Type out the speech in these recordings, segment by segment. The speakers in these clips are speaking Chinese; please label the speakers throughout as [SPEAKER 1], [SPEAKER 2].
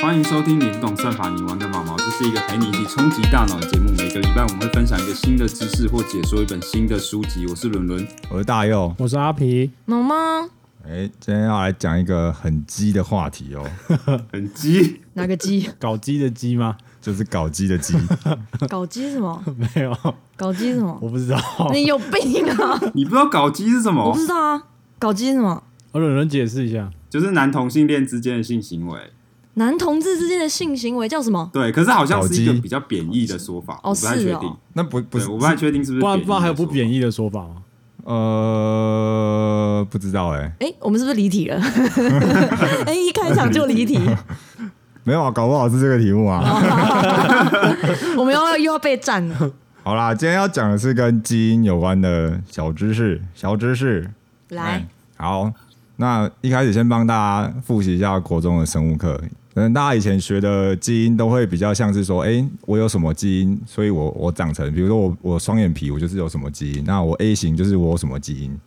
[SPEAKER 1] 欢迎收听《你不懂算法，你玩个毛毛》，这是一个陪你一起冲击大脑的节目。每个礼拜我们会分享一个新的知识或解说一本新的书籍。我是伦伦，
[SPEAKER 2] 我是大佑，
[SPEAKER 3] 我是阿皮，
[SPEAKER 4] 萌萌，
[SPEAKER 2] 哎、今天要来讲一个很鸡的话 题哦，
[SPEAKER 1] 很鸡。
[SPEAKER 4] 哪个鸡？
[SPEAKER 3] 搞基的基吗？
[SPEAKER 2] 就是搞基的鸡。
[SPEAKER 4] 搞基什么？
[SPEAKER 3] 没有，
[SPEAKER 4] 搞基什么？
[SPEAKER 3] 我不知道。
[SPEAKER 4] 你有病啊！
[SPEAKER 1] 你不知道搞基是什
[SPEAKER 4] 我
[SPEAKER 1] 么
[SPEAKER 4] 不？知道啊，搞基什么？
[SPEAKER 3] 我伦伦哦解释一下，
[SPEAKER 1] 就是男同性恋之间的性行为。
[SPEAKER 4] 男同志之间的性行为叫什么？
[SPEAKER 1] 对，可是好像
[SPEAKER 2] 搞
[SPEAKER 1] 是一
[SPEAKER 2] 基
[SPEAKER 1] 个比较贬义的说法，
[SPEAKER 4] 哦
[SPEAKER 1] 我不太确
[SPEAKER 4] 是
[SPEAKER 1] 定。
[SPEAKER 4] 哦
[SPEAKER 2] 那不不
[SPEAKER 1] 对
[SPEAKER 2] 是
[SPEAKER 1] 我不太确定是不是
[SPEAKER 3] 不然
[SPEAKER 1] 贬义的说法。
[SPEAKER 3] 不然还有不贬义的说法吗？
[SPEAKER 2] 呃不知道哎、
[SPEAKER 4] 哎，我们是不是离题了？ 哎，一开场就离题，
[SPEAKER 2] 没有啊，搞不好是这个题目
[SPEAKER 1] 哦
[SPEAKER 2] 啊。
[SPEAKER 4] 我们要又要被占了。
[SPEAKER 2] 好啦，今天要讲的是跟基因有关的小知识，小知识。
[SPEAKER 4] 来，
[SPEAKER 2] 哎好，那一开始先帮大家复习一下国中的生物课。可能大家以前学的基因都会比较像是说，哎、我有什么基因，所以我我长成，比如说我我双眼皮，我就是有什么基因，那我 A 型就是我有什么基因。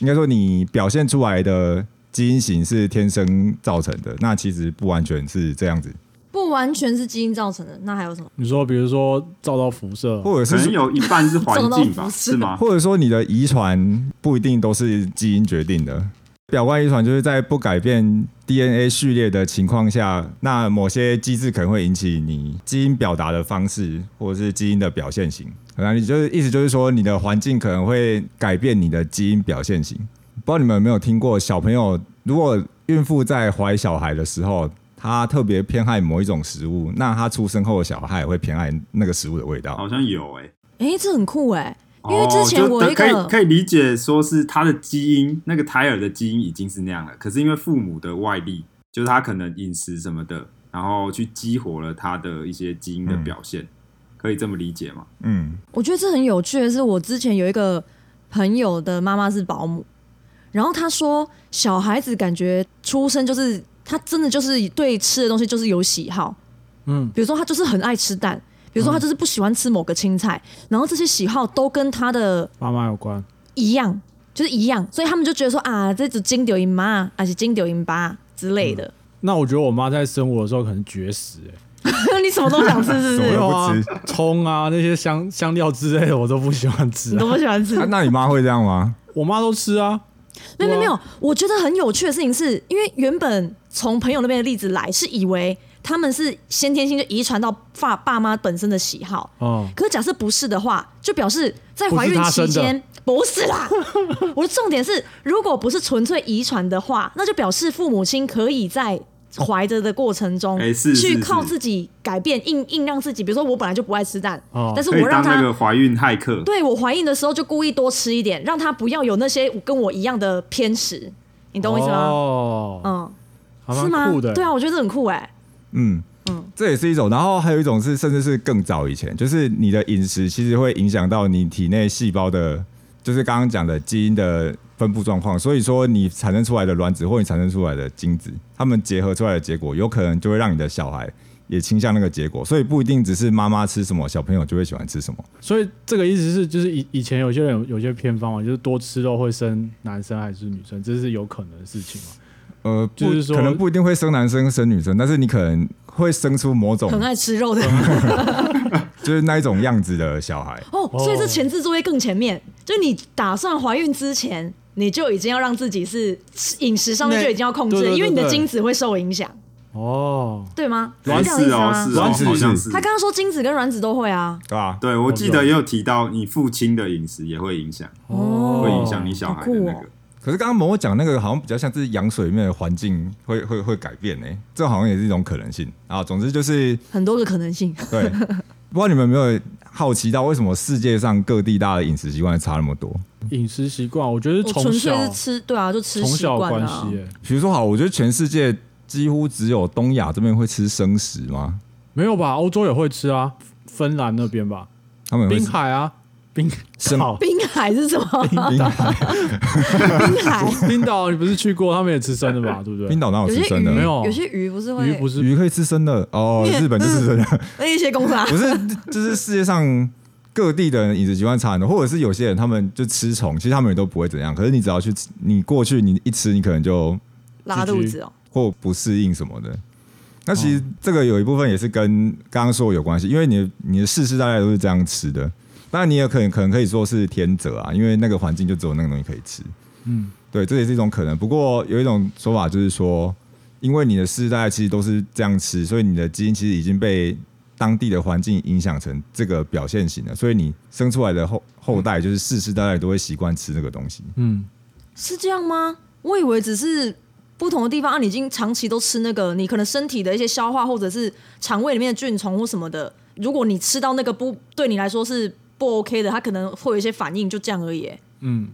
[SPEAKER 2] 应该说你表现出来的基因型是天生造成的，那其实不完全是这样子，
[SPEAKER 4] 不完全是基因造成的，那还有什么？
[SPEAKER 3] 你说，比如说照到辐 射，
[SPEAKER 2] 或者
[SPEAKER 1] 可能
[SPEAKER 2] 是
[SPEAKER 1] 有一半是环境
[SPEAKER 4] 受到
[SPEAKER 1] 吧？
[SPEAKER 4] 辐射
[SPEAKER 1] 是吗？
[SPEAKER 2] 或者说你的遗传不一定都是基因决定的。表观遗传就是在不改变 DNA 序列的情况下，那某些机制可能会引起你基因表达的方式，或者是基因的表现型。然后你就是意思就是说，你的环境可能会改变你的基因表现型。不知道你们有没有听过，小朋友如果孕妇在怀小孩的时候，她特别偏爱某一种食物，那她出生后的小孩也会偏爱那个食物的味道。
[SPEAKER 1] 好像有哎、
[SPEAKER 4] 哎，这很酷哎，因为之前
[SPEAKER 1] 哦就
[SPEAKER 4] 我有一
[SPEAKER 1] 可以
[SPEAKER 4] 个
[SPEAKER 1] 可以理解说是他的基因，那个胎儿的基因已经是那样了，可是因为父母的外力，就是他可能饮食什么的，然后去激活了他的一些基因的表现，可以这么理解吗？
[SPEAKER 2] 嗯，
[SPEAKER 4] 我觉得这很有趣的是，我之前有一个朋友的妈妈是保姆，然后她说小孩子感觉出生就是他真的就是对吃的东西就是有喜好，
[SPEAKER 3] 嗯，
[SPEAKER 4] 比如说他就是很爱吃蛋，比如说他就是不喜欢吃某个青菜，然后这些喜好都跟他的
[SPEAKER 3] 妈妈有关。
[SPEAKER 4] 一样，就是一样，所以他们就觉得说啊，这只金丢银妈，还是金丢银爸之类的，
[SPEAKER 3] 那我觉得我妈在生我的时候可能绝食、欸，
[SPEAKER 4] 你什么都想吃
[SPEAKER 2] 什
[SPEAKER 4] 是不是
[SPEAKER 2] 么？都
[SPEAKER 3] 啊
[SPEAKER 2] 不吃，
[SPEAKER 3] 葱啊那些香香料之类的我都不喜欢吃、
[SPEAKER 4] 你
[SPEAKER 3] 啊
[SPEAKER 4] 都，不喜欢吃
[SPEAKER 2] 啊、，那你妈会这样吗？
[SPEAKER 3] 我妈都吃啊。
[SPEAKER 4] 没有没有没
[SPEAKER 3] 对啊
[SPEAKER 4] 有，我觉得很有趣的事情是，因为原本从朋友那边的例子来，是以为他们是先天性就遗传到爸爸妈本身的喜好。
[SPEAKER 3] 嗯，
[SPEAKER 4] 可是假设不是的话，就表示在怀孕
[SPEAKER 3] 不是他
[SPEAKER 4] 期
[SPEAKER 3] 生的
[SPEAKER 4] 间不是啦。我的重点是，如果不是纯粹遗传的话，那就表示父母亲可以在怀着的过程中，
[SPEAKER 1] 哎是是
[SPEAKER 4] 去靠
[SPEAKER 1] 是
[SPEAKER 4] 自己改变，硬硬让自己，比如说我本来就不爱吃蛋，
[SPEAKER 3] 哦
[SPEAKER 4] 但是
[SPEAKER 1] 可以
[SPEAKER 4] 我让
[SPEAKER 1] 当
[SPEAKER 4] 他
[SPEAKER 1] 那个怀孕骇客，
[SPEAKER 4] 对我怀孕的时候就故意多吃一点，让他不要有那些跟我一样的偏食，你懂我意思吗？
[SPEAKER 3] 哦，还
[SPEAKER 4] 嗯，是
[SPEAKER 3] 蛮
[SPEAKER 4] 吗
[SPEAKER 3] 酷？的、欸
[SPEAKER 4] 对啊，我觉得这很酷哎、
[SPEAKER 2] 嗯
[SPEAKER 4] 嗯
[SPEAKER 2] 这也是一种。然后还有一种是，甚至是更早以前，就是你的饮食其实会影响到你体内细胞的，就是刚刚讲的基因的分布状况。所以说，你产生出来的卵子或你产生出来的精子，它们结合出来的结果，有可能就会让你的小孩也倾向那个结果。所以不一定只是妈妈吃什么，小朋友就会喜欢吃什么。
[SPEAKER 3] 所以这个意思是，就是以以前有些人有有些偏方嘛，就是多吃肉会生男生还是女生，这是有可能的事情嘛。
[SPEAKER 2] 呃，不
[SPEAKER 3] 就是说
[SPEAKER 2] 可能不一定会生男生生女生，但是你可能会生出某
[SPEAKER 3] 哦
[SPEAKER 2] 种
[SPEAKER 4] 很爱吃肉的
[SPEAKER 2] 就是那一种样子的小孩。
[SPEAKER 4] 哦，所以这
[SPEAKER 3] 哦
[SPEAKER 4] 前置作业更前面，就是你打算怀孕之前，你就已经要让自己是吃饮食上面
[SPEAKER 3] 那
[SPEAKER 4] 就已经要控制，
[SPEAKER 3] 对对对
[SPEAKER 4] 因为你的
[SPEAKER 3] 对
[SPEAKER 4] 精子会受影响，
[SPEAKER 3] 哦，
[SPEAKER 4] 对吗？
[SPEAKER 1] 哎
[SPEAKER 4] 是这样的意
[SPEAKER 1] 是
[SPEAKER 4] 思
[SPEAKER 1] 哦
[SPEAKER 4] 吗？
[SPEAKER 1] 是哦，
[SPEAKER 2] 卵子
[SPEAKER 1] 好像
[SPEAKER 2] 是
[SPEAKER 1] 是
[SPEAKER 4] 啊他。刚刚说精子跟卵子都会啊，
[SPEAKER 2] 对吧、
[SPEAKER 1] 对，我记得也有提到，你父亲的饮食也会影响，
[SPEAKER 4] 哦
[SPEAKER 1] 会影响你小孩的那
[SPEAKER 4] 好酷
[SPEAKER 1] 个
[SPEAKER 4] 哦。
[SPEAKER 2] 可是刚刚某某讲那个好像比较像是羊水里面的环境会会会改变呢、这好像也是一种可能性啊。总之就是
[SPEAKER 4] 很多个可能性。
[SPEAKER 2] 对， 不知道你们有没有好奇到为什么世界上各地大家的饮食习惯差那么多？
[SPEAKER 3] 饮食习惯，我觉得
[SPEAKER 4] 我
[SPEAKER 3] 从
[SPEAKER 4] 哦纯粹
[SPEAKER 3] 小
[SPEAKER 4] 是吃，对啊，就吃
[SPEAKER 3] 从
[SPEAKER 4] 习
[SPEAKER 3] 小有
[SPEAKER 4] 惯
[SPEAKER 3] 关
[SPEAKER 4] 啊
[SPEAKER 3] 系、。欸，
[SPEAKER 2] 比如说好，我觉得全世界几乎只有东亚这边会吃生食吗？
[SPEAKER 3] 没有吧？欧洲也会吃啊，芬兰那边吧，
[SPEAKER 2] 他们也会
[SPEAKER 3] 滨
[SPEAKER 2] 吃
[SPEAKER 3] 海啊，冰
[SPEAKER 2] 生
[SPEAKER 3] 岛，
[SPEAKER 4] 滨海是什么？
[SPEAKER 2] 冰海
[SPEAKER 4] 滨海
[SPEAKER 3] 冰岛你不是去过？他们也吃生的 吧？对不
[SPEAKER 2] 冰
[SPEAKER 3] 对？
[SPEAKER 2] 岛哪有
[SPEAKER 4] 有
[SPEAKER 2] 吃
[SPEAKER 4] 些
[SPEAKER 2] 生
[SPEAKER 4] 鱼
[SPEAKER 2] 哦的？
[SPEAKER 3] 没有
[SPEAKER 4] 有些鱼不是会
[SPEAKER 3] 鱼不是
[SPEAKER 2] 鱼可以吃生的哦，
[SPEAKER 4] 面
[SPEAKER 2] 日本就是生的，
[SPEAKER 4] 那一些公司啊
[SPEAKER 2] 不是就是世界上。各地的人饮食习惯差很多，或者是有些人他们就吃虫，其实他们也都不会怎样。可是你只要去吃，你过去你一吃，你可能就
[SPEAKER 4] 拉肚子哦。
[SPEAKER 2] 或不适应什么的。那其实这个有一部分也是跟刚刚说有关系，因为你的你的世世代代都是这样吃的。当然，你也可能可能可以说是天择啊，因为那个环境就只有那个东西可以吃。
[SPEAKER 3] 嗯，
[SPEAKER 2] 对，这也是一种可能。不过有一种说法就是说，因为你的世世代代其实都是这样吃，所以你的基因其实已经被当地的环境影响成这个表现型了，所以你生出来的后后代就是世世代代都会习惯吃这个东西。
[SPEAKER 3] 嗯，
[SPEAKER 4] 是这样吗？我以为只是不同的地方，啊，你已经长期都吃那个，你可能身体的一些消化或者是肠胃里面的菌虫或什么的，如果你吃到那个不对你来说是不 OK 的，它可能会有一些反应，就这样而已。
[SPEAKER 3] 嗯，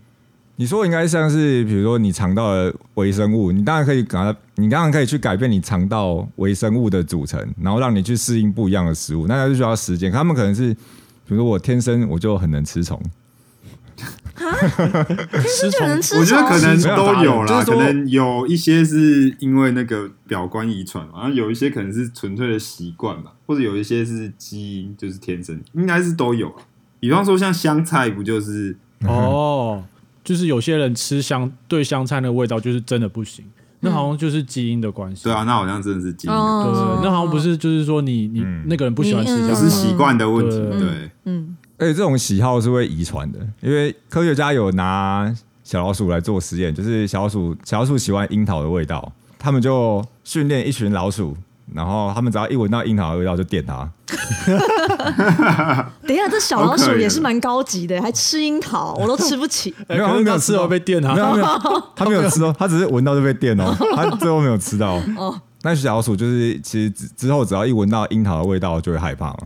[SPEAKER 2] 你说应该像是，比如说你肠道的微生物，你当然可以改，你当然可以去改变你肠道微生物的组成，然后让你去适应不一样的食物，那就需要时间。他们可能是，比如说我天生我就很能吃虫，
[SPEAKER 3] 吃
[SPEAKER 4] 就
[SPEAKER 3] 虫
[SPEAKER 4] 能吃
[SPEAKER 1] 我觉得可能都有
[SPEAKER 2] 就
[SPEAKER 1] 啦，
[SPEAKER 2] 是说
[SPEAKER 1] 可能有一些是因为那个表观遗传嘛，然后有一些可能是纯粹的习惯吧，或者有一些是基因，就是天生，应该是都有啊。比方说像香菜，不就是
[SPEAKER 2] 嗯
[SPEAKER 3] 哦，就是有些人吃香对香菜那个味道就是真的不行，
[SPEAKER 4] 嗯
[SPEAKER 3] 那好像就是基因的关系。
[SPEAKER 1] 对啊？那好像真的是基因，啊
[SPEAKER 4] 哦
[SPEAKER 3] 对，那好像不是就是说你你
[SPEAKER 2] 嗯
[SPEAKER 3] 那个人不喜欢吃
[SPEAKER 4] 你
[SPEAKER 3] 香
[SPEAKER 1] 就
[SPEAKER 4] 嗯
[SPEAKER 1] 是
[SPEAKER 3] 菜，
[SPEAKER 1] 习惯的问题。
[SPEAKER 3] 对
[SPEAKER 1] 对，
[SPEAKER 4] 嗯，
[SPEAKER 2] 而且这种喜好是会遗传的，因为科学家有拿小老鼠来做实验，就是小老鼠小老鼠喜欢樱桃的味道，他们就训练一群老鼠，然后他们只要一闻到樱桃的味道就电它，
[SPEAKER 4] 等一下，这小老
[SPEAKER 1] 好可
[SPEAKER 4] 鼠
[SPEAKER 1] 怜
[SPEAKER 4] 也是蛮高级的，还吃樱桃，我都吃不起。
[SPEAKER 2] 没
[SPEAKER 3] 哎
[SPEAKER 2] 有
[SPEAKER 3] 可
[SPEAKER 2] 他
[SPEAKER 3] 能
[SPEAKER 2] 们没有
[SPEAKER 3] 他
[SPEAKER 2] 吃
[SPEAKER 3] 吃
[SPEAKER 2] 到
[SPEAKER 3] 了被电 啊
[SPEAKER 2] 没有，他
[SPEAKER 3] 他。
[SPEAKER 2] 没有，他没有吃哦，他只是闻到就被电哦，他最后没有吃到。
[SPEAKER 4] 哦
[SPEAKER 2] 那小老鼠就是其实之之后只要一闻到樱桃的味道就会害怕嘛。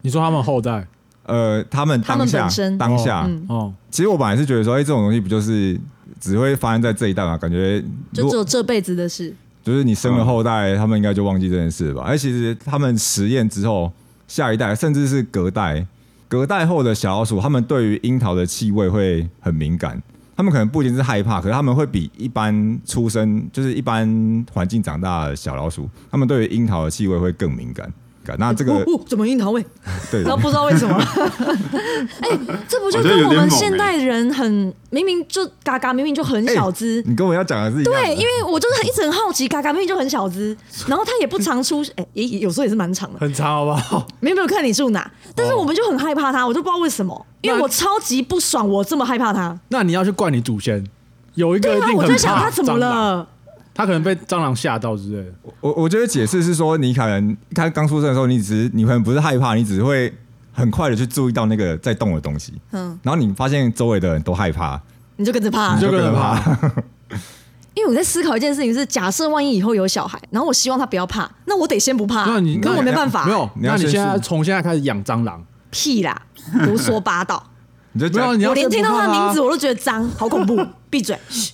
[SPEAKER 3] 你说他们后代
[SPEAKER 2] 呃，他们
[SPEAKER 4] 它
[SPEAKER 2] 当
[SPEAKER 4] 们
[SPEAKER 2] 下
[SPEAKER 4] 本身
[SPEAKER 2] 当下，
[SPEAKER 4] 嗯
[SPEAKER 3] 哦，
[SPEAKER 2] 其实我本来是觉得说，哎、这种东西不就是只会发生在这一代嘛？感觉如
[SPEAKER 4] 就只
[SPEAKER 2] 果
[SPEAKER 4] 有这辈子的事。
[SPEAKER 2] 就是你生了后代，他们应该就忘记这件事了吧？哎，其实他们实验之后，下一代甚至是隔代，隔代后的小老鼠，他们对于樱桃的气味会很敏感。他们可能不仅是害怕，可是他们会比一般出生就是一般环境长大的小老鼠，他们对于樱桃的气味会更敏感。那这 个
[SPEAKER 4] 哦哦，怎么樱桃味？
[SPEAKER 2] 对
[SPEAKER 4] 然后不知道为什么。 哎、这不就
[SPEAKER 1] 我觉得
[SPEAKER 4] 跟
[SPEAKER 1] 有
[SPEAKER 4] 我
[SPEAKER 1] 点
[SPEAKER 4] 们
[SPEAKER 1] 猛
[SPEAKER 4] 现
[SPEAKER 1] 欸
[SPEAKER 4] 代人很明明就嘎嘎，明明就很
[SPEAKER 3] 哎
[SPEAKER 4] 小资。
[SPEAKER 2] 哎你跟我要讲的是一样的
[SPEAKER 4] 对，因为我就是很一直很好奇，嘎嘎明明就很小资，然后他也不常出，哎、也也有时候也是蛮长的，
[SPEAKER 3] 很长好不好？
[SPEAKER 4] 没有没有看你住哪，但是
[SPEAKER 3] 哦
[SPEAKER 4] 我们就很害怕他，我就不知道为什么，因为
[SPEAKER 3] 那
[SPEAKER 4] 我超级不爽，我这么害怕他，
[SPEAKER 3] 那你要去怪你祖先，有一个
[SPEAKER 4] 对
[SPEAKER 3] 一
[SPEAKER 4] 啊，
[SPEAKER 3] 定
[SPEAKER 4] 我
[SPEAKER 3] 很
[SPEAKER 4] 就想
[SPEAKER 3] 怕
[SPEAKER 4] 他怎么
[SPEAKER 3] 蟑螂，
[SPEAKER 4] 了，
[SPEAKER 3] 他可能被蟑螂吓到之类的。
[SPEAKER 2] 我我觉得解释是说，你可能他刚出生的时候，你只是你可能不是害怕，你只会很快的去注意到那个在动的东西，
[SPEAKER 4] 嗯，
[SPEAKER 2] 然后你发现周围的人都害怕，
[SPEAKER 4] 你就跟着怕
[SPEAKER 3] 你，就跟着
[SPEAKER 2] 怕
[SPEAKER 3] 怕，
[SPEAKER 4] 因为我在思考一件事情是，假设万一以后有小孩，然后我希望他不要怕，那我得先不怕，
[SPEAKER 3] 那你
[SPEAKER 4] 跟啊我没办法，
[SPEAKER 3] 没有，
[SPEAKER 2] 你要
[SPEAKER 3] 那你
[SPEAKER 2] 先
[SPEAKER 3] 现在
[SPEAKER 2] 试
[SPEAKER 3] 从现在开始养蟑螂，
[SPEAKER 4] 屁啦，胡说八道。
[SPEAKER 2] 你就
[SPEAKER 3] 没有，啊
[SPEAKER 2] 讲
[SPEAKER 3] 你要
[SPEAKER 4] 我连
[SPEAKER 3] 先不
[SPEAKER 4] 听到
[SPEAKER 3] 怕
[SPEAKER 4] 他的名
[SPEAKER 3] 它
[SPEAKER 4] 字，我都觉得脏，好恐怖！闭嘴。嘘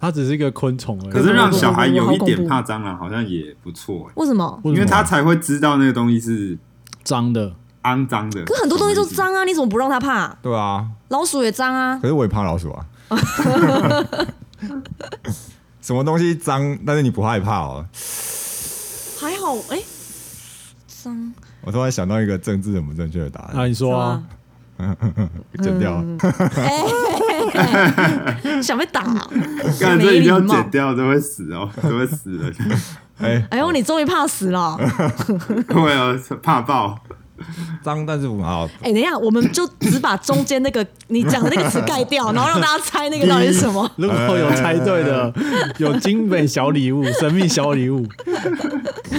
[SPEAKER 3] 它只是一个昆虫而已。
[SPEAKER 1] 可是让小孩有一
[SPEAKER 4] 好恐
[SPEAKER 1] 点
[SPEAKER 4] 怖
[SPEAKER 1] 怕蟑螂，好像也不错欸、
[SPEAKER 4] 为什么？
[SPEAKER 1] 因为他才会知道那个东西是
[SPEAKER 3] 脏的，
[SPEAKER 1] 肮脏的。
[SPEAKER 4] 可是很多东西都
[SPEAKER 1] 什么意思
[SPEAKER 4] 脏啊，你怎么不让他怕、
[SPEAKER 2] 对啊，
[SPEAKER 4] 老鼠也脏啊，
[SPEAKER 2] 可是我也怕老鼠 啊。什么东西脏，但是你不害怕哦？
[SPEAKER 4] 还好哎，脏、
[SPEAKER 2] 我突然想到一个政治很不正确的答案，
[SPEAKER 3] 啊，你说啊，
[SPEAKER 2] 剪掉。
[SPEAKER 3] 嗯
[SPEAKER 4] 哎 想被打、啊，
[SPEAKER 1] 干这
[SPEAKER 4] 没
[SPEAKER 1] 一定
[SPEAKER 4] 礼
[SPEAKER 1] 要
[SPEAKER 4] 貌。
[SPEAKER 1] 剪掉，都会死哦，都会死的。
[SPEAKER 2] 哎，
[SPEAKER 4] 哎呦，你终于怕死了！
[SPEAKER 1] 会啊，怕爆。
[SPEAKER 2] 脏但是不好。
[SPEAKER 4] 哎、等一下，我们就只把中间那个你讲的那个词盖掉，然后让大家猜那个到底是什 么。
[SPEAKER 3] 如果有猜对的，有精美小礼物、神秘小礼物，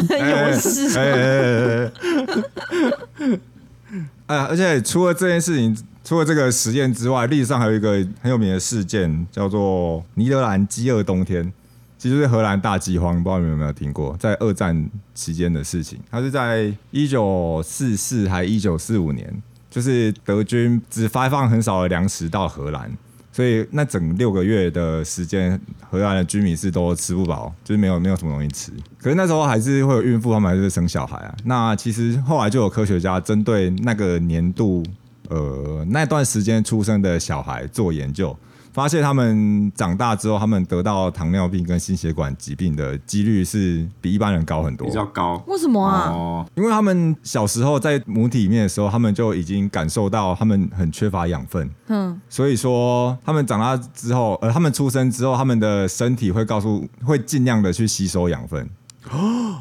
[SPEAKER 2] 哎
[SPEAKER 4] 有事
[SPEAKER 2] 哎哎哎哎！ 哎，而且除了这件事情，除了这个实验之外，历史上还有一个很有名的事件，叫做尼德兰饥饿冬天，其实就是荷兰大饥荒，不知道你们有没有听过？在二战期间的事情，它是在一九四四还一九四五年，就是德军只发放很少的粮食到荷兰。所以那整六个月的时间，荷兰的居民是都吃不饱，就是没有没有什么东西吃。可是那时候还是会有孕妇，他们还是生小孩啊。那其实后来就有科学家针对那个年度，呃，那段时间出生的小孩做研究，发现他们长大之后，他们得到糖尿病跟心血管疾病的几率是比一般人高很多，
[SPEAKER 1] 比较高。
[SPEAKER 4] 为什么啊？
[SPEAKER 1] 哦，
[SPEAKER 2] 因为他们小时候在母体里面的时候，他们就已经感受到他们很缺乏养分。
[SPEAKER 4] 嗯，
[SPEAKER 2] 所以说，他们长大之后，呃，他们出生之后，他们的身体会告诉，会尽量的去吸收养分。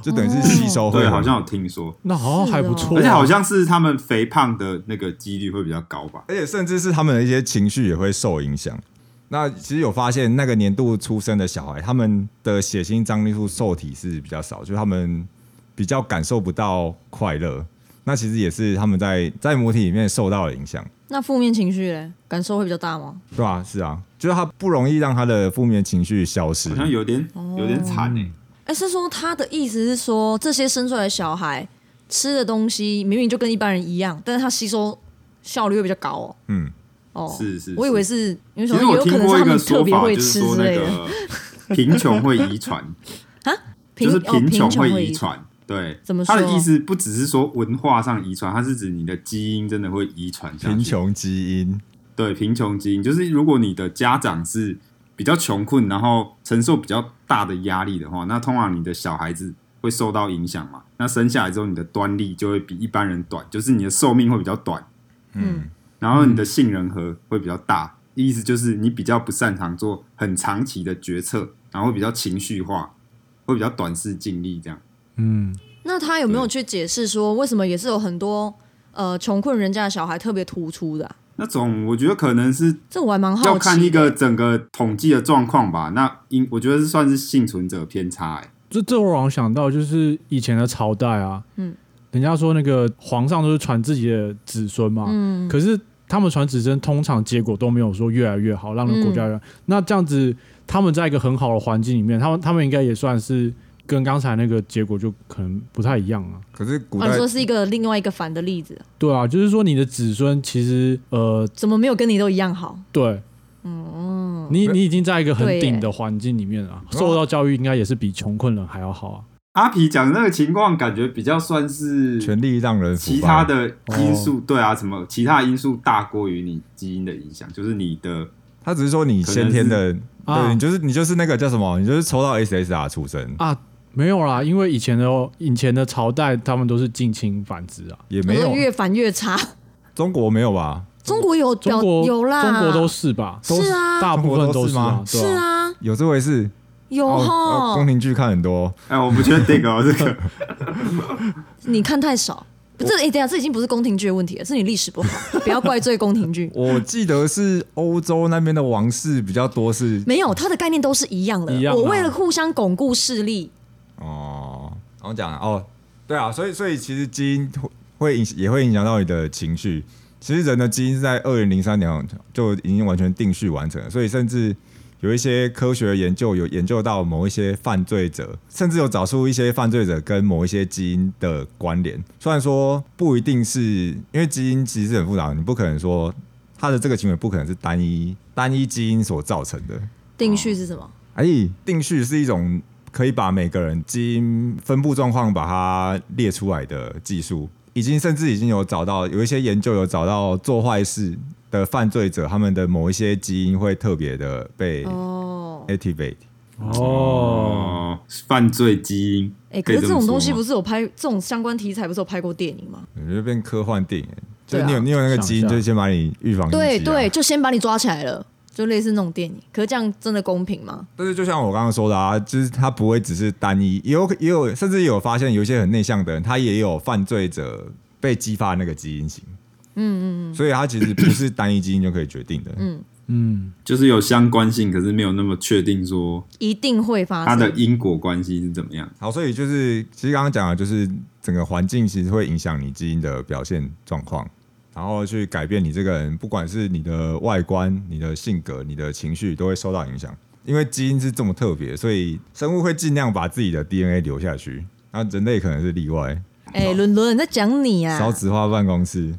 [SPEAKER 2] 就等于是吸收会
[SPEAKER 1] 哦对，
[SPEAKER 2] 很
[SPEAKER 1] 好像有听说，
[SPEAKER 3] 那好像还不
[SPEAKER 4] 是哦
[SPEAKER 3] 错，啊
[SPEAKER 1] 而且好像是他们肥胖的那个几率会比较高吧。
[SPEAKER 2] 而且甚至是他们的一些情绪也会受影响。那其实有发现，那个年度出生的小孩，他们的血清张力素受体是比较少，就是他们比较感受不到快乐。那其实也是他们在在母体里面受到的影响，
[SPEAKER 4] 那负面情绪嘞，感受会比较大吗？
[SPEAKER 2] 对吧、是啊，就是他不容易让他的负面情绪消失
[SPEAKER 1] 好。像有点
[SPEAKER 4] 哦
[SPEAKER 1] 有点惨哎、
[SPEAKER 4] 哎，是说他的意思是说，这些生出来的小孩吃的东西明明就跟一般人一样，但是他吸收效率会比较高哦。
[SPEAKER 2] 嗯，
[SPEAKER 4] 哦，
[SPEAKER 1] 是是
[SPEAKER 4] 我以
[SPEAKER 1] 是
[SPEAKER 4] 为是，因为
[SPEAKER 1] 其实
[SPEAKER 4] 想说也
[SPEAKER 1] 我
[SPEAKER 4] 有可
[SPEAKER 1] 听
[SPEAKER 4] 能
[SPEAKER 1] 过
[SPEAKER 4] 是
[SPEAKER 1] 一
[SPEAKER 4] 他
[SPEAKER 1] 个
[SPEAKER 4] 们特
[SPEAKER 1] 说
[SPEAKER 4] 别
[SPEAKER 1] 法，
[SPEAKER 4] 会
[SPEAKER 1] 就是
[SPEAKER 4] 吃
[SPEAKER 1] 说
[SPEAKER 4] 之
[SPEAKER 1] 那
[SPEAKER 4] 类的，
[SPEAKER 1] 个贫穷会遗传， 就是
[SPEAKER 4] 贫哦
[SPEAKER 1] 贫
[SPEAKER 4] 穷
[SPEAKER 1] 穷会
[SPEAKER 4] 遗
[SPEAKER 1] 遗，传。对，
[SPEAKER 4] 怎么
[SPEAKER 1] 他的
[SPEAKER 4] 说
[SPEAKER 1] 意思不只是说文化上遗传，它是指你的基因真的会遗传下去。
[SPEAKER 2] 贫穷基因，
[SPEAKER 1] 对贫穷基因，就是如果你的家长是比较穷困，然后承受比较大的压力的话，那通常你的小孩子会受到影响嘛。那生下来之后，你的端粒就会比一般人短，就是你的寿命会比较短，
[SPEAKER 4] 嗯，
[SPEAKER 1] 然后你的杏仁核会比较大，意思就是你比较不擅长做很长期的决策，然后会比较情绪化，会比较短视近利这样。
[SPEAKER 3] 嗯，
[SPEAKER 4] 那他有没有去解释说，为什么也是有很多呃穷困人家的小孩特别突出的啊、
[SPEAKER 1] 那种我觉得可能是
[SPEAKER 4] 这我还蛮
[SPEAKER 1] 要
[SPEAKER 4] 好
[SPEAKER 1] 看
[SPEAKER 4] 奇
[SPEAKER 1] 一个
[SPEAKER 4] 的。
[SPEAKER 1] 整个统计的状况吧。那因我觉得是算是幸存者偏差、欸，
[SPEAKER 3] 这这会让我想到就是以前的朝代啊，
[SPEAKER 4] 嗯
[SPEAKER 3] 嗯，人家说那个皇上都是传自己的子孙嘛，
[SPEAKER 4] 嗯，
[SPEAKER 3] 可是他们传子孙通常结果都没有说越来越好，让国
[SPEAKER 4] 嗯
[SPEAKER 3] 家越、那这样子，他们在一个很好的环境里面，他们他们应该也算是跟刚才那个结果就可能不太一样啊。
[SPEAKER 2] 可是古
[SPEAKER 4] 啊，
[SPEAKER 2] 代
[SPEAKER 4] 你说是一个另外一个反的例子，
[SPEAKER 3] 对啊，就是说你的子孙其实呃，
[SPEAKER 4] 怎么没有跟你都一样好？
[SPEAKER 3] 对
[SPEAKER 4] 嗯，
[SPEAKER 3] 你你已经在一个很
[SPEAKER 4] 对耶
[SPEAKER 3] 顶的环境里面了、啊，受到教育应该也是比穷困人还要好啊。
[SPEAKER 1] 阿皮讲的那个情况，感觉比较算是
[SPEAKER 2] 权力让人腐败
[SPEAKER 1] 其他的因
[SPEAKER 3] 哦
[SPEAKER 1] 素，对啊，什么其他因素大过于你基因的影响，就是你的
[SPEAKER 2] 他只是说你先天的，对
[SPEAKER 3] 可能是啊
[SPEAKER 2] 你就是你就是那个叫什么，你就是抽到 SSR 出生，
[SPEAKER 3] 啊，没有啦，因为以前的以前的朝代，他们都是近亲繁殖啊。
[SPEAKER 2] 也
[SPEAKER 4] 我
[SPEAKER 2] 没
[SPEAKER 4] 说
[SPEAKER 2] 有
[SPEAKER 4] 越反越差。
[SPEAKER 2] 中国没有吧？
[SPEAKER 4] 中国有
[SPEAKER 3] 中
[SPEAKER 4] 表
[SPEAKER 3] 国
[SPEAKER 4] 有啦，
[SPEAKER 3] 中国都是吧？都
[SPEAKER 4] 是啊
[SPEAKER 3] 大部分都啊，
[SPEAKER 2] 中
[SPEAKER 3] 对
[SPEAKER 4] 是啊，
[SPEAKER 2] 有这回事？
[SPEAKER 4] 有
[SPEAKER 2] 哦哦
[SPEAKER 4] 哈
[SPEAKER 2] 宫，廷剧看很多，
[SPEAKER 1] 哎，我不确定 哦，这个
[SPEAKER 4] 你看太少。不是，哎、等一下，这已经不是宫廷剧的问题了，是你历史不好，不要怪罪宫 廷剧。
[SPEAKER 2] 我记得是欧洲那边的王室比较多是
[SPEAKER 4] 没有，它的概念都是一样的。
[SPEAKER 3] 一样啊
[SPEAKER 4] 我为了互相巩固势力，
[SPEAKER 2] 哦，我讲啊哦，对啊，所以所以其实基因会会影也会影响到你的情绪。其实人的基因是在二零零三年就已经完全定序完成了，所以甚至有一些科学研究有研究到某一些犯罪者，甚至有找出一些犯罪者跟某一些基因的关联。虽然说不一定是因为基因其实很复杂，你不可能说他的这个行为不可能是单一单一基因所造成的。
[SPEAKER 4] 定序是什么？
[SPEAKER 2] 哎，定序是一种可以把每个人基因分布状况把它列出来的技术，已经甚至已经有找到有一些研究有找到做坏事的犯罪者，他们的某一些基因会特别的被
[SPEAKER 4] 哦，
[SPEAKER 2] activate。
[SPEAKER 3] 哦，
[SPEAKER 1] 哦，犯罪基因，
[SPEAKER 4] 哎、可是
[SPEAKER 1] 可
[SPEAKER 4] 这
[SPEAKER 1] 以这么
[SPEAKER 4] 种
[SPEAKER 1] 说
[SPEAKER 4] 东西
[SPEAKER 1] 吗
[SPEAKER 4] 不是有拍这种相关题材，不是有拍过电影吗？
[SPEAKER 2] 你就变科幻电影，
[SPEAKER 4] 对
[SPEAKER 2] 就
[SPEAKER 4] 啊
[SPEAKER 2] 你有你有那个基因，
[SPEAKER 3] 想一下
[SPEAKER 2] 就先把你预防、
[SPEAKER 4] 对对，。就先把你抓起来了，就类似那种电影。可是这样真的公平吗？
[SPEAKER 2] 但是就像我刚刚说的啊，就是他不会只是单一，也有也有，甚至有发现有一些很内向的人，他也有犯罪者被激发的那个基因型。嗯嗯嗯。所以他其实不是单一基因就可以决定的。嗯。
[SPEAKER 3] 嗯，
[SPEAKER 1] 就是有相关性，可是没有那么确定说
[SPEAKER 4] 一定会发
[SPEAKER 1] 它的
[SPEAKER 4] 生。
[SPEAKER 1] 因果关系是怎么样。
[SPEAKER 2] 好，所以就是其实刚刚讲的，就是整个环境其实会影响你基因的表现状况，然后去改变你这个人，不管是你的外观、你的性格、你的情绪，都会受到影响。因为基因是这么特别，所以生物会尽量把自己的 DNA 留下去。那人类可能是例外。
[SPEAKER 4] 哎、伦伦你在讲你啊，
[SPEAKER 2] 少子化办公室，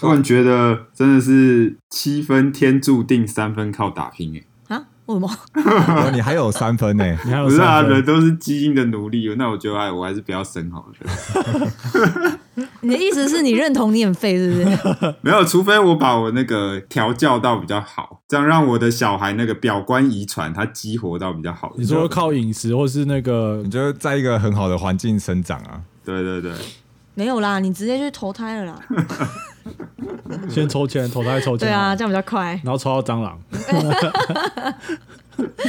[SPEAKER 1] 突然觉得真的是七分天注定，三分靠打拼、欸，
[SPEAKER 4] 啊？为什么？
[SPEAKER 2] 哦你还有三分呢、
[SPEAKER 3] 你还有
[SPEAKER 1] 不是啊，
[SPEAKER 3] 三分
[SPEAKER 1] 人都是基因的奴隶，那我觉得哎，我还是不要生好了。
[SPEAKER 4] 你的意思是你认同你很废，是不是？
[SPEAKER 1] 没有，除非我把我那个调教到比较好，这样让我的小孩那个表观遗传它激活到比较好。
[SPEAKER 3] 你说靠饮食或是那 个
[SPEAKER 2] 你就在一个很好的环境生长啊。
[SPEAKER 1] 对对对，
[SPEAKER 4] 没有啦，你直接去投胎了啦。
[SPEAKER 3] 先抽签，投胎抽签，
[SPEAKER 4] 对啊，，这样比较快。
[SPEAKER 3] 然后抽到蟑螂，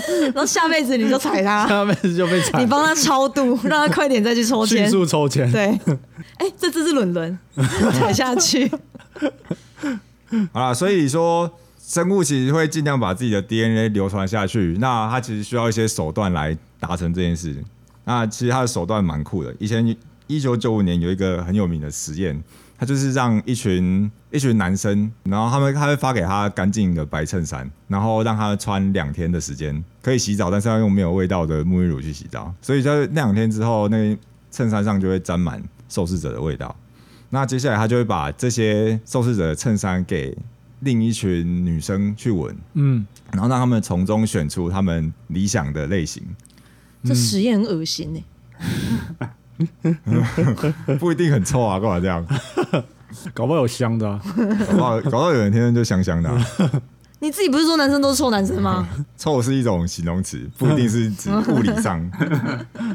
[SPEAKER 4] 然后下辈子你就踩他，
[SPEAKER 3] 下辈子就被踩
[SPEAKER 4] 你，帮他超 度，让他快点再去抽
[SPEAKER 3] 迅
[SPEAKER 4] 签。
[SPEAKER 3] 速抽签，
[SPEAKER 4] 对， 哎、这只是 轮轮踩下去，
[SPEAKER 3] 嗯
[SPEAKER 2] 好啦，所以说生物其实会尽量把自己的 DNA 流传下去，那它其实需要一些手段来达成这件事。那其实它的手段蛮酷的，以前一九九五年有一个很有名的实验，它就是让一群一群男生，然后他们他会发给他干净的白衬衫，然后让他穿两天的时间，可以洗澡，但是要用没有味道的沐浴乳去洗澡，所以在那两天之后，那个衬衫上就会沾满受试者的味道。那接下来他就会把这些受试者的衬衫给另一群女生去闻，
[SPEAKER 3] 嗯，
[SPEAKER 2] 然后让他们从中选出他们理想的类型，
[SPEAKER 4] 这实验很恶心呢、欸
[SPEAKER 2] 不一定很臭啊，干嘛这样？
[SPEAKER 3] 搞不好有香的啊，
[SPEAKER 2] 搞不好搞到有人天生就香香的啊、
[SPEAKER 4] 你自己不是说男生都是臭男生吗？
[SPEAKER 3] 哎
[SPEAKER 2] 臭是一种形容词，不一定是指物理上，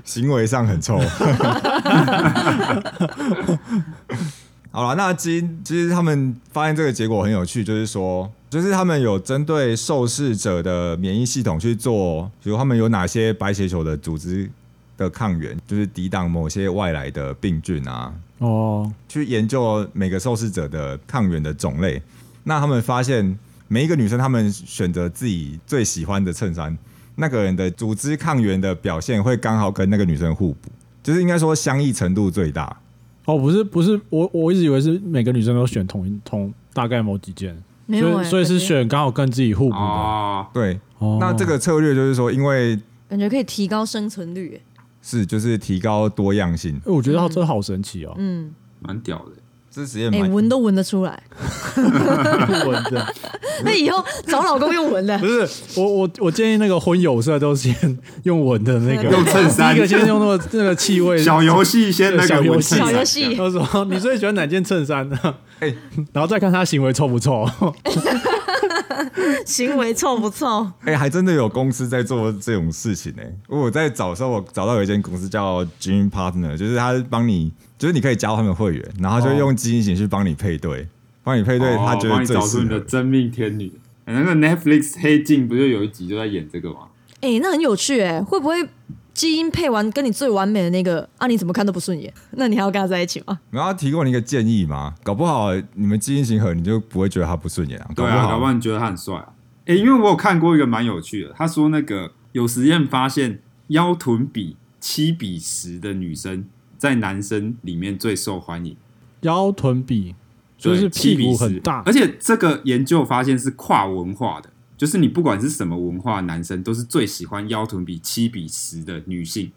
[SPEAKER 2] 行为上很臭。 好了，那基因其实他们发现这个结果很有趣，就是说，就是他们有针对受试者的免疫系统去做，比如他们有哪些白血球的组织的抗原，就是抵挡某些外来的病菌啊，
[SPEAKER 3] 哦，
[SPEAKER 2] 去研究每个受试者的抗原的种类。那他们发现，每一个女生她们选择自己最喜欢的衬衫，那个人的组织抗原的表现会刚好跟那个女生互补，就是应该说相异程度最大。
[SPEAKER 3] 哦，不是不是，我我一直以为是每个女生都选同一同大概某几件，
[SPEAKER 4] 没有、
[SPEAKER 3] 所
[SPEAKER 4] 欸
[SPEAKER 3] 以所以是
[SPEAKER 4] 感觉
[SPEAKER 3] 选刚好跟自己互补的。
[SPEAKER 1] 哦，
[SPEAKER 3] 哦，
[SPEAKER 2] 对，那这个策略就是说，因为
[SPEAKER 4] 感觉可以提高生存率、欸。
[SPEAKER 2] 是就是提高多样性，
[SPEAKER 3] 哎，我觉得好，这好神奇哦，
[SPEAKER 4] 嗯，
[SPEAKER 1] 蛮屌的。
[SPEAKER 2] 这实验
[SPEAKER 3] 嗯
[SPEAKER 4] 哎、
[SPEAKER 2] 蛮、
[SPEAKER 4] 闻都闻得出来。
[SPEAKER 3] 文的
[SPEAKER 4] 那以后找老公用闻的
[SPEAKER 3] 不，是我我我建议那个婚友社都先用闻的那个，
[SPEAKER 1] 用衬衫
[SPEAKER 3] 第一个先用那个那个气味，
[SPEAKER 1] 小游戏先那
[SPEAKER 3] 小
[SPEAKER 1] 个
[SPEAKER 3] 游
[SPEAKER 1] 文
[SPEAKER 3] 戏
[SPEAKER 1] 字
[SPEAKER 4] 小游
[SPEAKER 1] 闪
[SPEAKER 4] 戏
[SPEAKER 1] 亮
[SPEAKER 3] 他说你最喜欢哪件衬 衫呢？
[SPEAKER 2] 哎
[SPEAKER 3] 然后再看他行为臭不臭。
[SPEAKER 4] 行为臭不臭？
[SPEAKER 2] 哎、还真的有公司在做这种事情呢、我在找的时候，我找到有一间公司叫 Gene Partner，就是他帮你，就是你可以加入他们会员，然后他就会用基因型去帮你配对，帮你配对，
[SPEAKER 1] 哦
[SPEAKER 2] 他觉
[SPEAKER 1] 帮
[SPEAKER 2] 得
[SPEAKER 1] 你
[SPEAKER 2] 最
[SPEAKER 1] 找出
[SPEAKER 2] 适
[SPEAKER 1] 你的
[SPEAKER 2] 合。
[SPEAKER 1] 真命天女。哎那个 Netflix 黑镜不就有一集就在演这个吗？
[SPEAKER 4] 哎、那很有趣哎、会不会基因配完跟你最完美的那个啊？你怎么看都不顺眼，那你还要跟他在一起吗？
[SPEAKER 2] 然后他提供了一个建议嘛，搞不好你们基因型合，你就不会觉得他不顺眼啊。
[SPEAKER 1] 对啊，搞
[SPEAKER 2] 不
[SPEAKER 1] 不
[SPEAKER 2] 好
[SPEAKER 1] 好你觉得他很帅啊？哎、因为我有看过一个蛮有趣的，他说那个有实验发现，腰臀比七比十的女生在男生里面最受欢迎，
[SPEAKER 3] 腰臀比就是
[SPEAKER 1] 对7
[SPEAKER 3] 屁
[SPEAKER 1] 比
[SPEAKER 3] 股
[SPEAKER 1] 10
[SPEAKER 3] 很大
[SPEAKER 1] 而，且这个研究发现是跨文化的，就是你不管是什么文化，男生都是最喜欢腰臀比七比十的女性。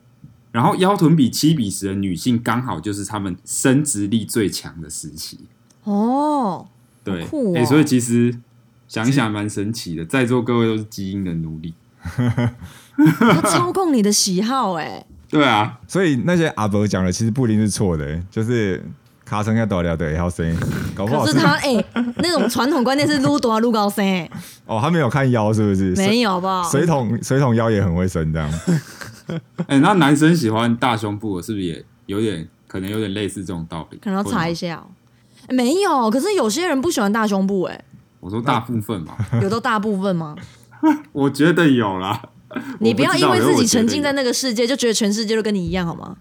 [SPEAKER 1] 然后腰臀比七比十的女性，刚好就是她们生殖力最强的时期。
[SPEAKER 4] 哦，
[SPEAKER 1] 对，
[SPEAKER 4] 好酷哦
[SPEAKER 1] 诶所以其实想一想蛮神奇的，在座各位都是基因的奴隶。
[SPEAKER 4] 他操控你的喜好哎、
[SPEAKER 1] 对啊，
[SPEAKER 2] 所以那些阿伯讲的其实不一定是错的、就是卡声要多聊的也要声音，搞哎不好
[SPEAKER 4] 可是他哎、那种传统观念是撸多撸高升、欸，
[SPEAKER 2] 哦，他没有看腰是不是？
[SPEAKER 4] 没有好不好？
[SPEAKER 2] 水水桶水桶腰也很会伸这样。
[SPEAKER 1] 哎、那男生喜欢大胸部的，是不是也有点可能有点类似这种道理？
[SPEAKER 4] 可能要查一
[SPEAKER 1] 下。
[SPEAKER 4] 下、哦。没有，可是有些人不喜欢大胸部、欸，
[SPEAKER 1] 我说大部分嘛，
[SPEAKER 4] 有到大部分吗？
[SPEAKER 1] 我觉得有啦。
[SPEAKER 4] 你不要因为自己沉浸在
[SPEAKER 1] 那。
[SPEAKER 4] 那个世界，就觉得全世界都跟你一样，好吗？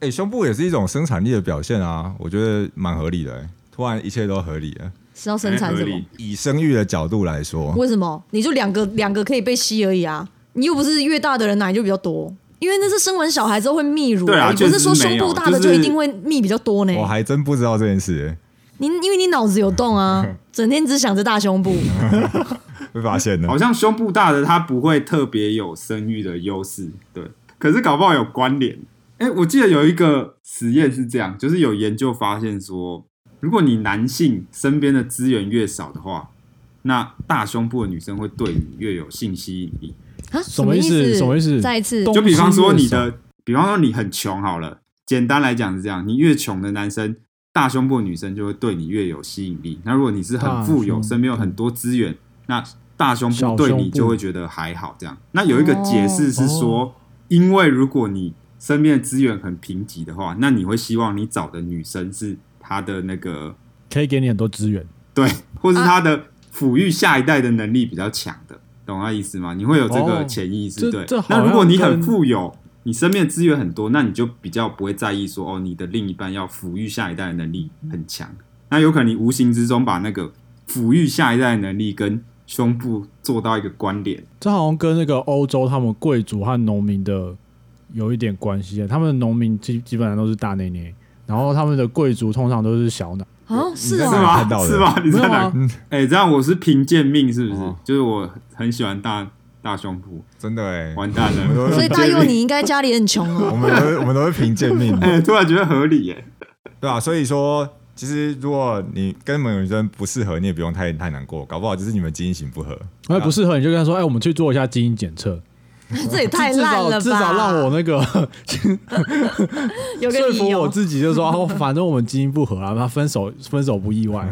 [SPEAKER 2] 哎、胸部也是一种生产力的表现啊，我觉得蛮合理的、欸。突然一切都合理了。
[SPEAKER 4] 是要生产
[SPEAKER 1] 哎合
[SPEAKER 4] 什么
[SPEAKER 1] 理？
[SPEAKER 2] 以生育的角度来说，
[SPEAKER 4] 为什么？你就两个两个可以被吸而已啊！你又不是越大的人奶就比较多，因为那是生完小孩之后会泌乳、
[SPEAKER 1] 对啊
[SPEAKER 4] 你不
[SPEAKER 1] 确
[SPEAKER 4] 是
[SPEAKER 1] 实
[SPEAKER 4] 说
[SPEAKER 1] 是没
[SPEAKER 4] 胸部
[SPEAKER 1] 有
[SPEAKER 4] 大的
[SPEAKER 1] 就
[SPEAKER 4] 就是一定会泌比较多呢。
[SPEAKER 2] 我还真不知道这件事、欸
[SPEAKER 4] 你因为你脑子有洞啊，整天只想着大胸部，
[SPEAKER 2] 欸被发现了
[SPEAKER 1] 好。像胸部大的他不会特别有生育的优势，对。可是搞不好有关联。哎、我记得有一个实验是这样，就是有研究发现说，如果你男性身边的资源越少的话，那大胸部的女生会对你越有性吸引力。
[SPEAKER 4] 啊，
[SPEAKER 3] 什
[SPEAKER 4] 么
[SPEAKER 3] 么意思
[SPEAKER 4] 思？
[SPEAKER 3] 什么意思
[SPEAKER 4] 再一次，
[SPEAKER 3] 动
[SPEAKER 1] 就比方说你
[SPEAKER 3] 东西越
[SPEAKER 1] 的，比方说你很穷好了，简单来讲是这样，你越穷的男生，大胸部的女生就会对你越有吸引力。那如果你是很富
[SPEAKER 3] 大胸
[SPEAKER 1] 有，
[SPEAKER 3] 部
[SPEAKER 1] 身边有很多资源，那大胸
[SPEAKER 3] 小
[SPEAKER 1] 部对
[SPEAKER 3] 胸
[SPEAKER 1] 你
[SPEAKER 3] 部哦
[SPEAKER 1] 就会觉得还好。这样，那有一个解释是说，因为如果你身边的资源很贫瘠的话，那你会希望你找的女生是她的那个
[SPEAKER 3] 可以给你很多资源。
[SPEAKER 1] 对，或是
[SPEAKER 4] 啊
[SPEAKER 1] 他的抚育下一代的能力比较强的，懂那意思吗？你会有这个
[SPEAKER 3] 哦
[SPEAKER 1] 潜意识。
[SPEAKER 3] 这
[SPEAKER 1] 对
[SPEAKER 3] 这好，
[SPEAKER 1] 那如
[SPEAKER 3] 像
[SPEAKER 1] 果你很
[SPEAKER 3] 跟
[SPEAKER 1] 富有，你身边的资源很多，那你就比较不会在意说哦，你的另一半要抚育下一代的能力很强。那有可能你无形之中把那个抚育下一代的能力跟胸部做到一个关联。
[SPEAKER 3] 这好像跟那个欧洲他们贵族和农民的有一点关系耶，他们的农民基基本上都是大内内，然后他们的贵族通常都是小奶。
[SPEAKER 4] 啊，是
[SPEAKER 2] 在
[SPEAKER 1] 是
[SPEAKER 2] 干嘛
[SPEAKER 4] 哦，
[SPEAKER 1] 吗？
[SPEAKER 2] 看到的
[SPEAKER 1] 是吗？你
[SPEAKER 3] 没
[SPEAKER 1] 在
[SPEAKER 3] 有
[SPEAKER 1] 哪
[SPEAKER 3] 啊？，
[SPEAKER 1] 哎、这样我是贫贱命是不是？
[SPEAKER 2] 哦
[SPEAKER 1] 就是我很喜欢大大胸部，
[SPEAKER 2] 真的哎、
[SPEAKER 1] 完蛋
[SPEAKER 2] 我们
[SPEAKER 1] 了。
[SPEAKER 2] 都
[SPEAKER 4] 所
[SPEAKER 2] 是
[SPEAKER 4] 以 大佑你应该家里很穷
[SPEAKER 2] 我
[SPEAKER 4] 哦。
[SPEAKER 2] 们都是我们都是凭借命，
[SPEAKER 1] 哎、突然觉得合理耶、
[SPEAKER 2] 对吧、所以说，其实如果你跟某女生不适合，你也不用太太难过，搞不好就是你们基因型不合。
[SPEAKER 3] 哎，不适合你就跟他说，哎，我们去做一下基因检测，
[SPEAKER 4] 这也太
[SPEAKER 3] 至
[SPEAKER 4] 烂
[SPEAKER 3] 少
[SPEAKER 4] 了吧！
[SPEAKER 3] 至少让我那个
[SPEAKER 4] 有个
[SPEAKER 3] 说服
[SPEAKER 4] 理
[SPEAKER 3] 我
[SPEAKER 4] 由，
[SPEAKER 3] 自己，就说哦，反正我们基因不合啊，那分手分手不 意外。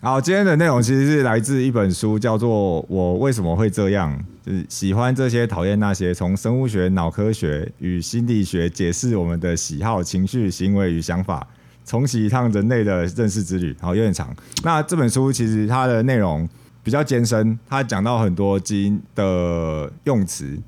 [SPEAKER 2] 好，今天的内容其实是来自一本书，叫做《我为什么会这样》，就是喜欢这些，讨厌那些，从生物学、脑科学与心理学解释我们的喜好、情绪、行为与想法，重启一趟人类的认识之旅。好，有点长。那这本书其实它的内容比较艰深，它讲到很多基因的用词，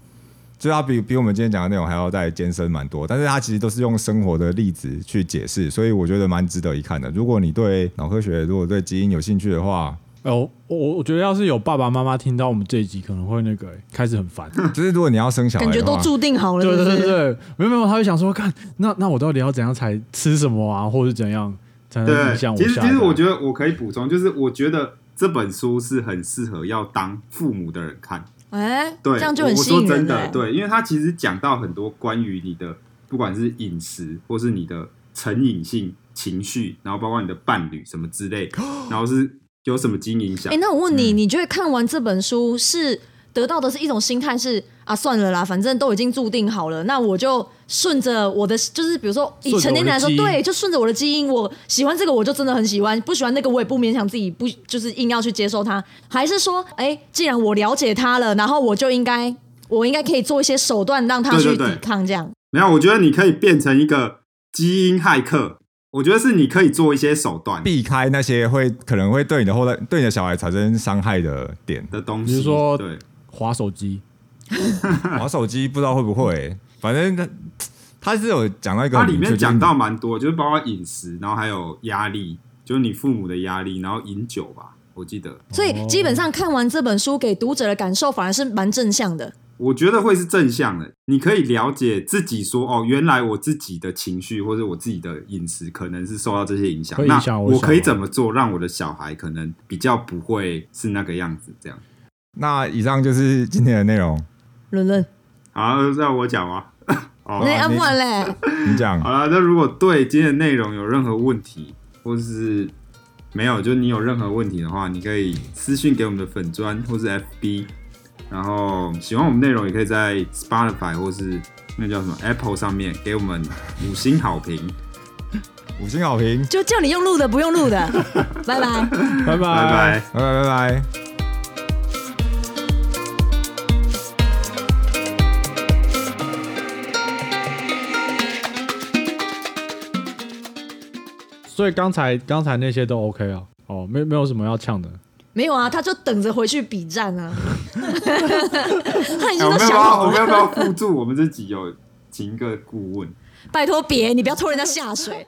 [SPEAKER 2] 就它比比我们今天讲的内容还要再艰深蛮多，但是它其实都是用生活的例子去解释，所以我觉得蛮值得一看的。如果你对脑科学，如果对基因有兴趣的话，
[SPEAKER 3] 哎，我我我觉得要是有爸爸妈妈听到我们这一集，可能会那个哎开始很烦。
[SPEAKER 2] 就是如果你要生小孩
[SPEAKER 4] 感觉
[SPEAKER 2] 的
[SPEAKER 4] 都
[SPEAKER 2] 话，
[SPEAKER 4] 注定好了，
[SPEAKER 3] 对
[SPEAKER 4] 哦是不
[SPEAKER 3] 对
[SPEAKER 4] 是
[SPEAKER 3] 对对，没有没有，他会想说，看那那我到底要怎样才吃什么啊，或者怎样才能影
[SPEAKER 1] 对，
[SPEAKER 3] 响我
[SPEAKER 1] 其实
[SPEAKER 3] 下
[SPEAKER 1] 其
[SPEAKER 3] 一啊
[SPEAKER 1] 实
[SPEAKER 3] 代
[SPEAKER 1] 我觉得我可以补充，就是我觉得这本书是很适合要当父母的人看，
[SPEAKER 4] 哎，
[SPEAKER 1] 对，
[SPEAKER 4] 这样就很
[SPEAKER 1] 我
[SPEAKER 4] 吸引
[SPEAKER 1] 我说真
[SPEAKER 4] 人
[SPEAKER 1] 的，
[SPEAKER 4] 哎。
[SPEAKER 1] 对，因为它其实讲到很多关于你的不管是饮食或是你的成瘾性、情绪，然后包括你的伴侣什么之类， 然后是有什么基因影响
[SPEAKER 4] 哎，。那我问
[SPEAKER 3] 嗯
[SPEAKER 4] 你，你觉得看完这本书是得到的是一种心态是啊，算了啦，反正都已经注定好了，那我就顺着我的，就是比如说以
[SPEAKER 3] 顺着
[SPEAKER 4] 成年
[SPEAKER 3] 我的
[SPEAKER 4] 人来说，
[SPEAKER 3] 基因
[SPEAKER 4] 对，就顺着我的基因，我喜欢这个我就真的很喜欢，不喜欢那个我也不勉强自己不就是硬要去接受它，还是说，哎，既然我了解它了，然后我就应该。我应该可以做一些手段让它
[SPEAKER 1] 对
[SPEAKER 4] 去
[SPEAKER 1] 对对
[SPEAKER 4] 抵抗，这样
[SPEAKER 1] 没有，我觉得你可以变成一个基因骇客，我觉得是你可以做一些手段。
[SPEAKER 2] 避开那些会可能会对你的后代、对你的小孩产生伤害的点
[SPEAKER 1] 的东西。
[SPEAKER 3] 比如说
[SPEAKER 1] 对，
[SPEAKER 3] 划 手机，
[SPEAKER 2] 玩手机不知道会不会、嗯反正它它是有讲到一个
[SPEAKER 1] 它
[SPEAKER 2] 很
[SPEAKER 1] 里
[SPEAKER 2] 明确，
[SPEAKER 1] 面
[SPEAKER 2] 就是
[SPEAKER 1] 讲
[SPEAKER 2] 你
[SPEAKER 1] 到蛮多，就是包括饮食，然后还有压力，就是你父母的压力，然后饮酒吧，我记得，
[SPEAKER 4] 所以基本上看完这本书给读者的感受反而是蛮正向的。
[SPEAKER 1] 我觉得会是正向的。你可以了解自己说，哦，原来我自己的情绪或者我自己的饮食可能是受到这些影响
[SPEAKER 3] 会，影
[SPEAKER 1] 那
[SPEAKER 3] 响我小
[SPEAKER 1] 我
[SPEAKER 3] 孩
[SPEAKER 1] 可以怎么做，让我的小孩可能比较不会是那个样子，这样。
[SPEAKER 2] 那以上就是今天的内容，
[SPEAKER 4] 伦伦，
[SPEAKER 1] 好，让我讲啊。哦
[SPEAKER 4] 那啊
[SPEAKER 2] 你
[SPEAKER 4] 不然嘞，
[SPEAKER 2] 你讲
[SPEAKER 1] 好了，那如果对今天的内容有任何问题，或是没有，就你有任何问题的话，你可以私信给我们的粉砖或是 FB。然后喜欢我们内容，也可以在 Spotify 或是那叫什么 Apple 上面给我们五星好评。
[SPEAKER 2] 五星好评，
[SPEAKER 4] 就叫你用录的，不用录的， 拜拜。
[SPEAKER 3] 拜拜
[SPEAKER 1] 拜拜。
[SPEAKER 4] 啊
[SPEAKER 2] 拜拜拜拜。
[SPEAKER 3] 所以刚才刚才那些都 OK 啊，哦，没没有什么要呛的。
[SPEAKER 4] 没有啊，他就等着回去比战啊。 他
[SPEAKER 1] 哎
[SPEAKER 4] 已经
[SPEAKER 1] 我们要
[SPEAKER 4] 都
[SPEAKER 1] 不
[SPEAKER 4] 想
[SPEAKER 1] 要
[SPEAKER 4] 好
[SPEAKER 1] 我们
[SPEAKER 4] 了，
[SPEAKER 1] 要不要互助？我们这集有请一个顾问。
[SPEAKER 4] 拜托别，你不要拖人家下水。